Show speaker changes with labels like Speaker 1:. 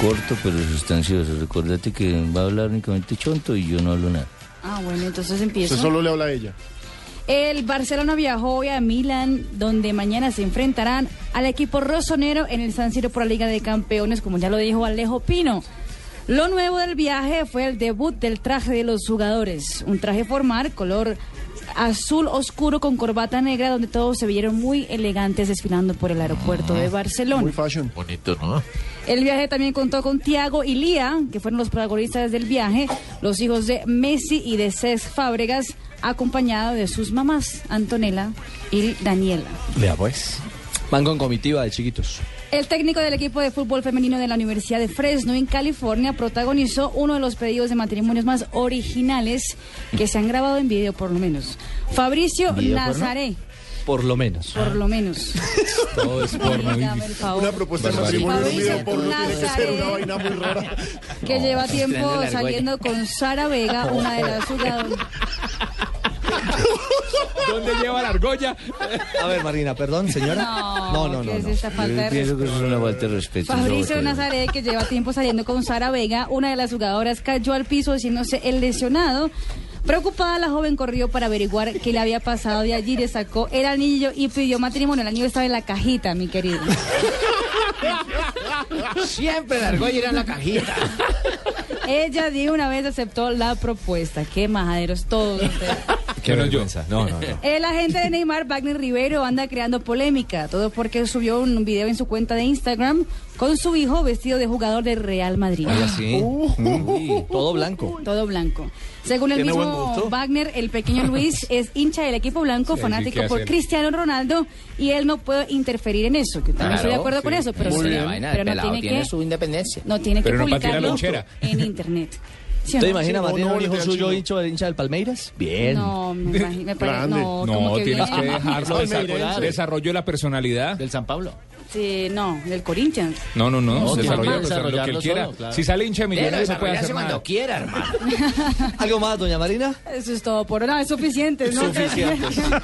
Speaker 1: corto pero sustancioso. Recuérdate que va a hablar únicamente Chonto y yo no hablo nada.
Speaker 2: Ah, bueno, entonces empiezo.
Speaker 3: Usted solo le habla a ella.
Speaker 2: El Barcelona viajó hoy a Milán, donde mañana se enfrentarán al equipo rosonero en el San Siro por la Liga de Campeones, como ya lo dijo Alejo Pino. Lo nuevo del viaje fue el debut del traje de los jugadores, un traje formal color azul oscuro con corbata negra, donde todos se vieron muy elegantes desfilando por el aeropuerto de
Speaker 3: Muy
Speaker 2: Barcelona.
Speaker 3: fashion.
Speaker 4: Bonito, ¿no?
Speaker 2: El viaje también contó con Tiago y Lía, que fueron los protagonistas del viaje, los hijos de Messi y de Cés Fábregas, acompañado de sus mamás, Antonella y Daniela.
Speaker 5: Vea pues. Van con comitiva de chiquitos.
Speaker 2: El técnico del equipo de fútbol femenino de la Universidad de Fresno en California protagonizó uno de los pedidos de matrimonios más originales que se han grabado en video, por lo menos. Fabricio
Speaker 1: ¿Video porno?
Speaker 2: Nazaré,
Speaker 5: Por lo menos.
Speaker 2: por lo menos.
Speaker 5: Todo
Speaker 1: Pues,
Speaker 5: es
Speaker 2: Ay, dame el favor.
Speaker 3: Una propuesta de matrimonio en un
Speaker 2: Fabricio
Speaker 3: video porno tiene que ser una
Speaker 2: Nazaré.
Speaker 3: vaina muy rara.
Speaker 2: que lleva
Speaker 5: Daniela
Speaker 2: tiempo
Speaker 5: Argüello.
Speaker 2: saliendo con Sara Vega, una de las jugadoras.
Speaker 5: ¿Dónde lleva la argolla? A ver, Marina, perdón, señora.
Speaker 2: No,
Speaker 5: no, no.
Speaker 2: ¿qué es
Speaker 5: no.
Speaker 2: esta falta de
Speaker 1: Yo pienso que eso es una falta de respeto.
Speaker 2: Fabricio
Speaker 1: Una falta de-
Speaker 2: Nazaré, que lleva tiempo saliendo con Sara Vega, una de las jugadoras, cayó al piso haciéndose el lesionado. Preocupada, la joven corrió para averiguar qué le había pasado y allí le sacó el anillo y pidió matrimonio. El anillo estaba en la cajita, mi querido.
Speaker 5: Siempre la argolla irá en la cajita.
Speaker 2: Ella de una vez aceptó la propuesta. Qué majaderos todos ustedes.
Speaker 5: Qué vergüenza. No, no, no.
Speaker 2: El agente de Neymar, Wagner Rivero, anda creando polémica. Todo porque subió un video en su cuenta de Instagram con su hijo vestido de jugador de Real Madrid.
Speaker 1: ¿Ah,
Speaker 5: Oiga, sí. Uy, Uh, todo blanco.
Speaker 2: Todo blanco. Según el
Speaker 5: Tiene buen
Speaker 2: mismo
Speaker 5: gusto.
Speaker 2: Wagner, el pequeño Luis es hincha del equipo blanco, fanático por Cristiano Ronaldo, y él no puede interferir en eso. que también estoy de acuerdo con eso, pero,
Speaker 3: Muy
Speaker 2: sí,
Speaker 3: bien.
Speaker 2: pero no tiene, que,
Speaker 4: independencia.
Speaker 2: no tiene que
Speaker 6: Pero no patea
Speaker 2: publicarlo
Speaker 6: la lonchera.
Speaker 2: en internet. ¿Sí o
Speaker 5: ¿Te
Speaker 2: no?
Speaker 5: imaginas,
Speaker 3: no,
Speaker 5: Marina,
Speaker 3: no,
Speaker 5: un hijo
Speaker 3: le da
Speaker 5: suyo
Speaker 3: chino.
Speaker 5: hincha, hincha del Palmeiras? Bien.
Speaker 2: No, me imagino. me parece-
Speaker 3: Grande.
Speaker 2: No, como
Speaker 6: No,
Speaker 2: que
Speaker 6: tienes
Speaker 2: bien.
Speaker 6: que dejarlo.
Speaker 3: Ay,
Speaker 6: desa-
Speaker 3: Meirense.
Speaker 6: Desarrollo de la personalidad.
Speaker 4: Del San Pablo.
Speaker 2: Sí, no, del Corinthians.
Speaker 6: No, no, no.
Speaker 4: No,
Speaker 6: desarrollo
Speaker 4: tiene que
Speaker 6: de personalidad, lo que él
Speaker 4: desarrollarlo
Speaker 6: quiera.
Speaker 4: solo, claro.
Speaker 6: Si sale hincha de millonarios, no puede
Speaker 4: desarrollarse
Speaker 6: hacer
Speaker 4: cuando
Speaker 6: nada.
Speaker 4: quiera, hermano.
Speaker 5: ¿Algo más, doña Marina?
Speaker 2: Eso es todo por ahora. Es suficiente, ¿no?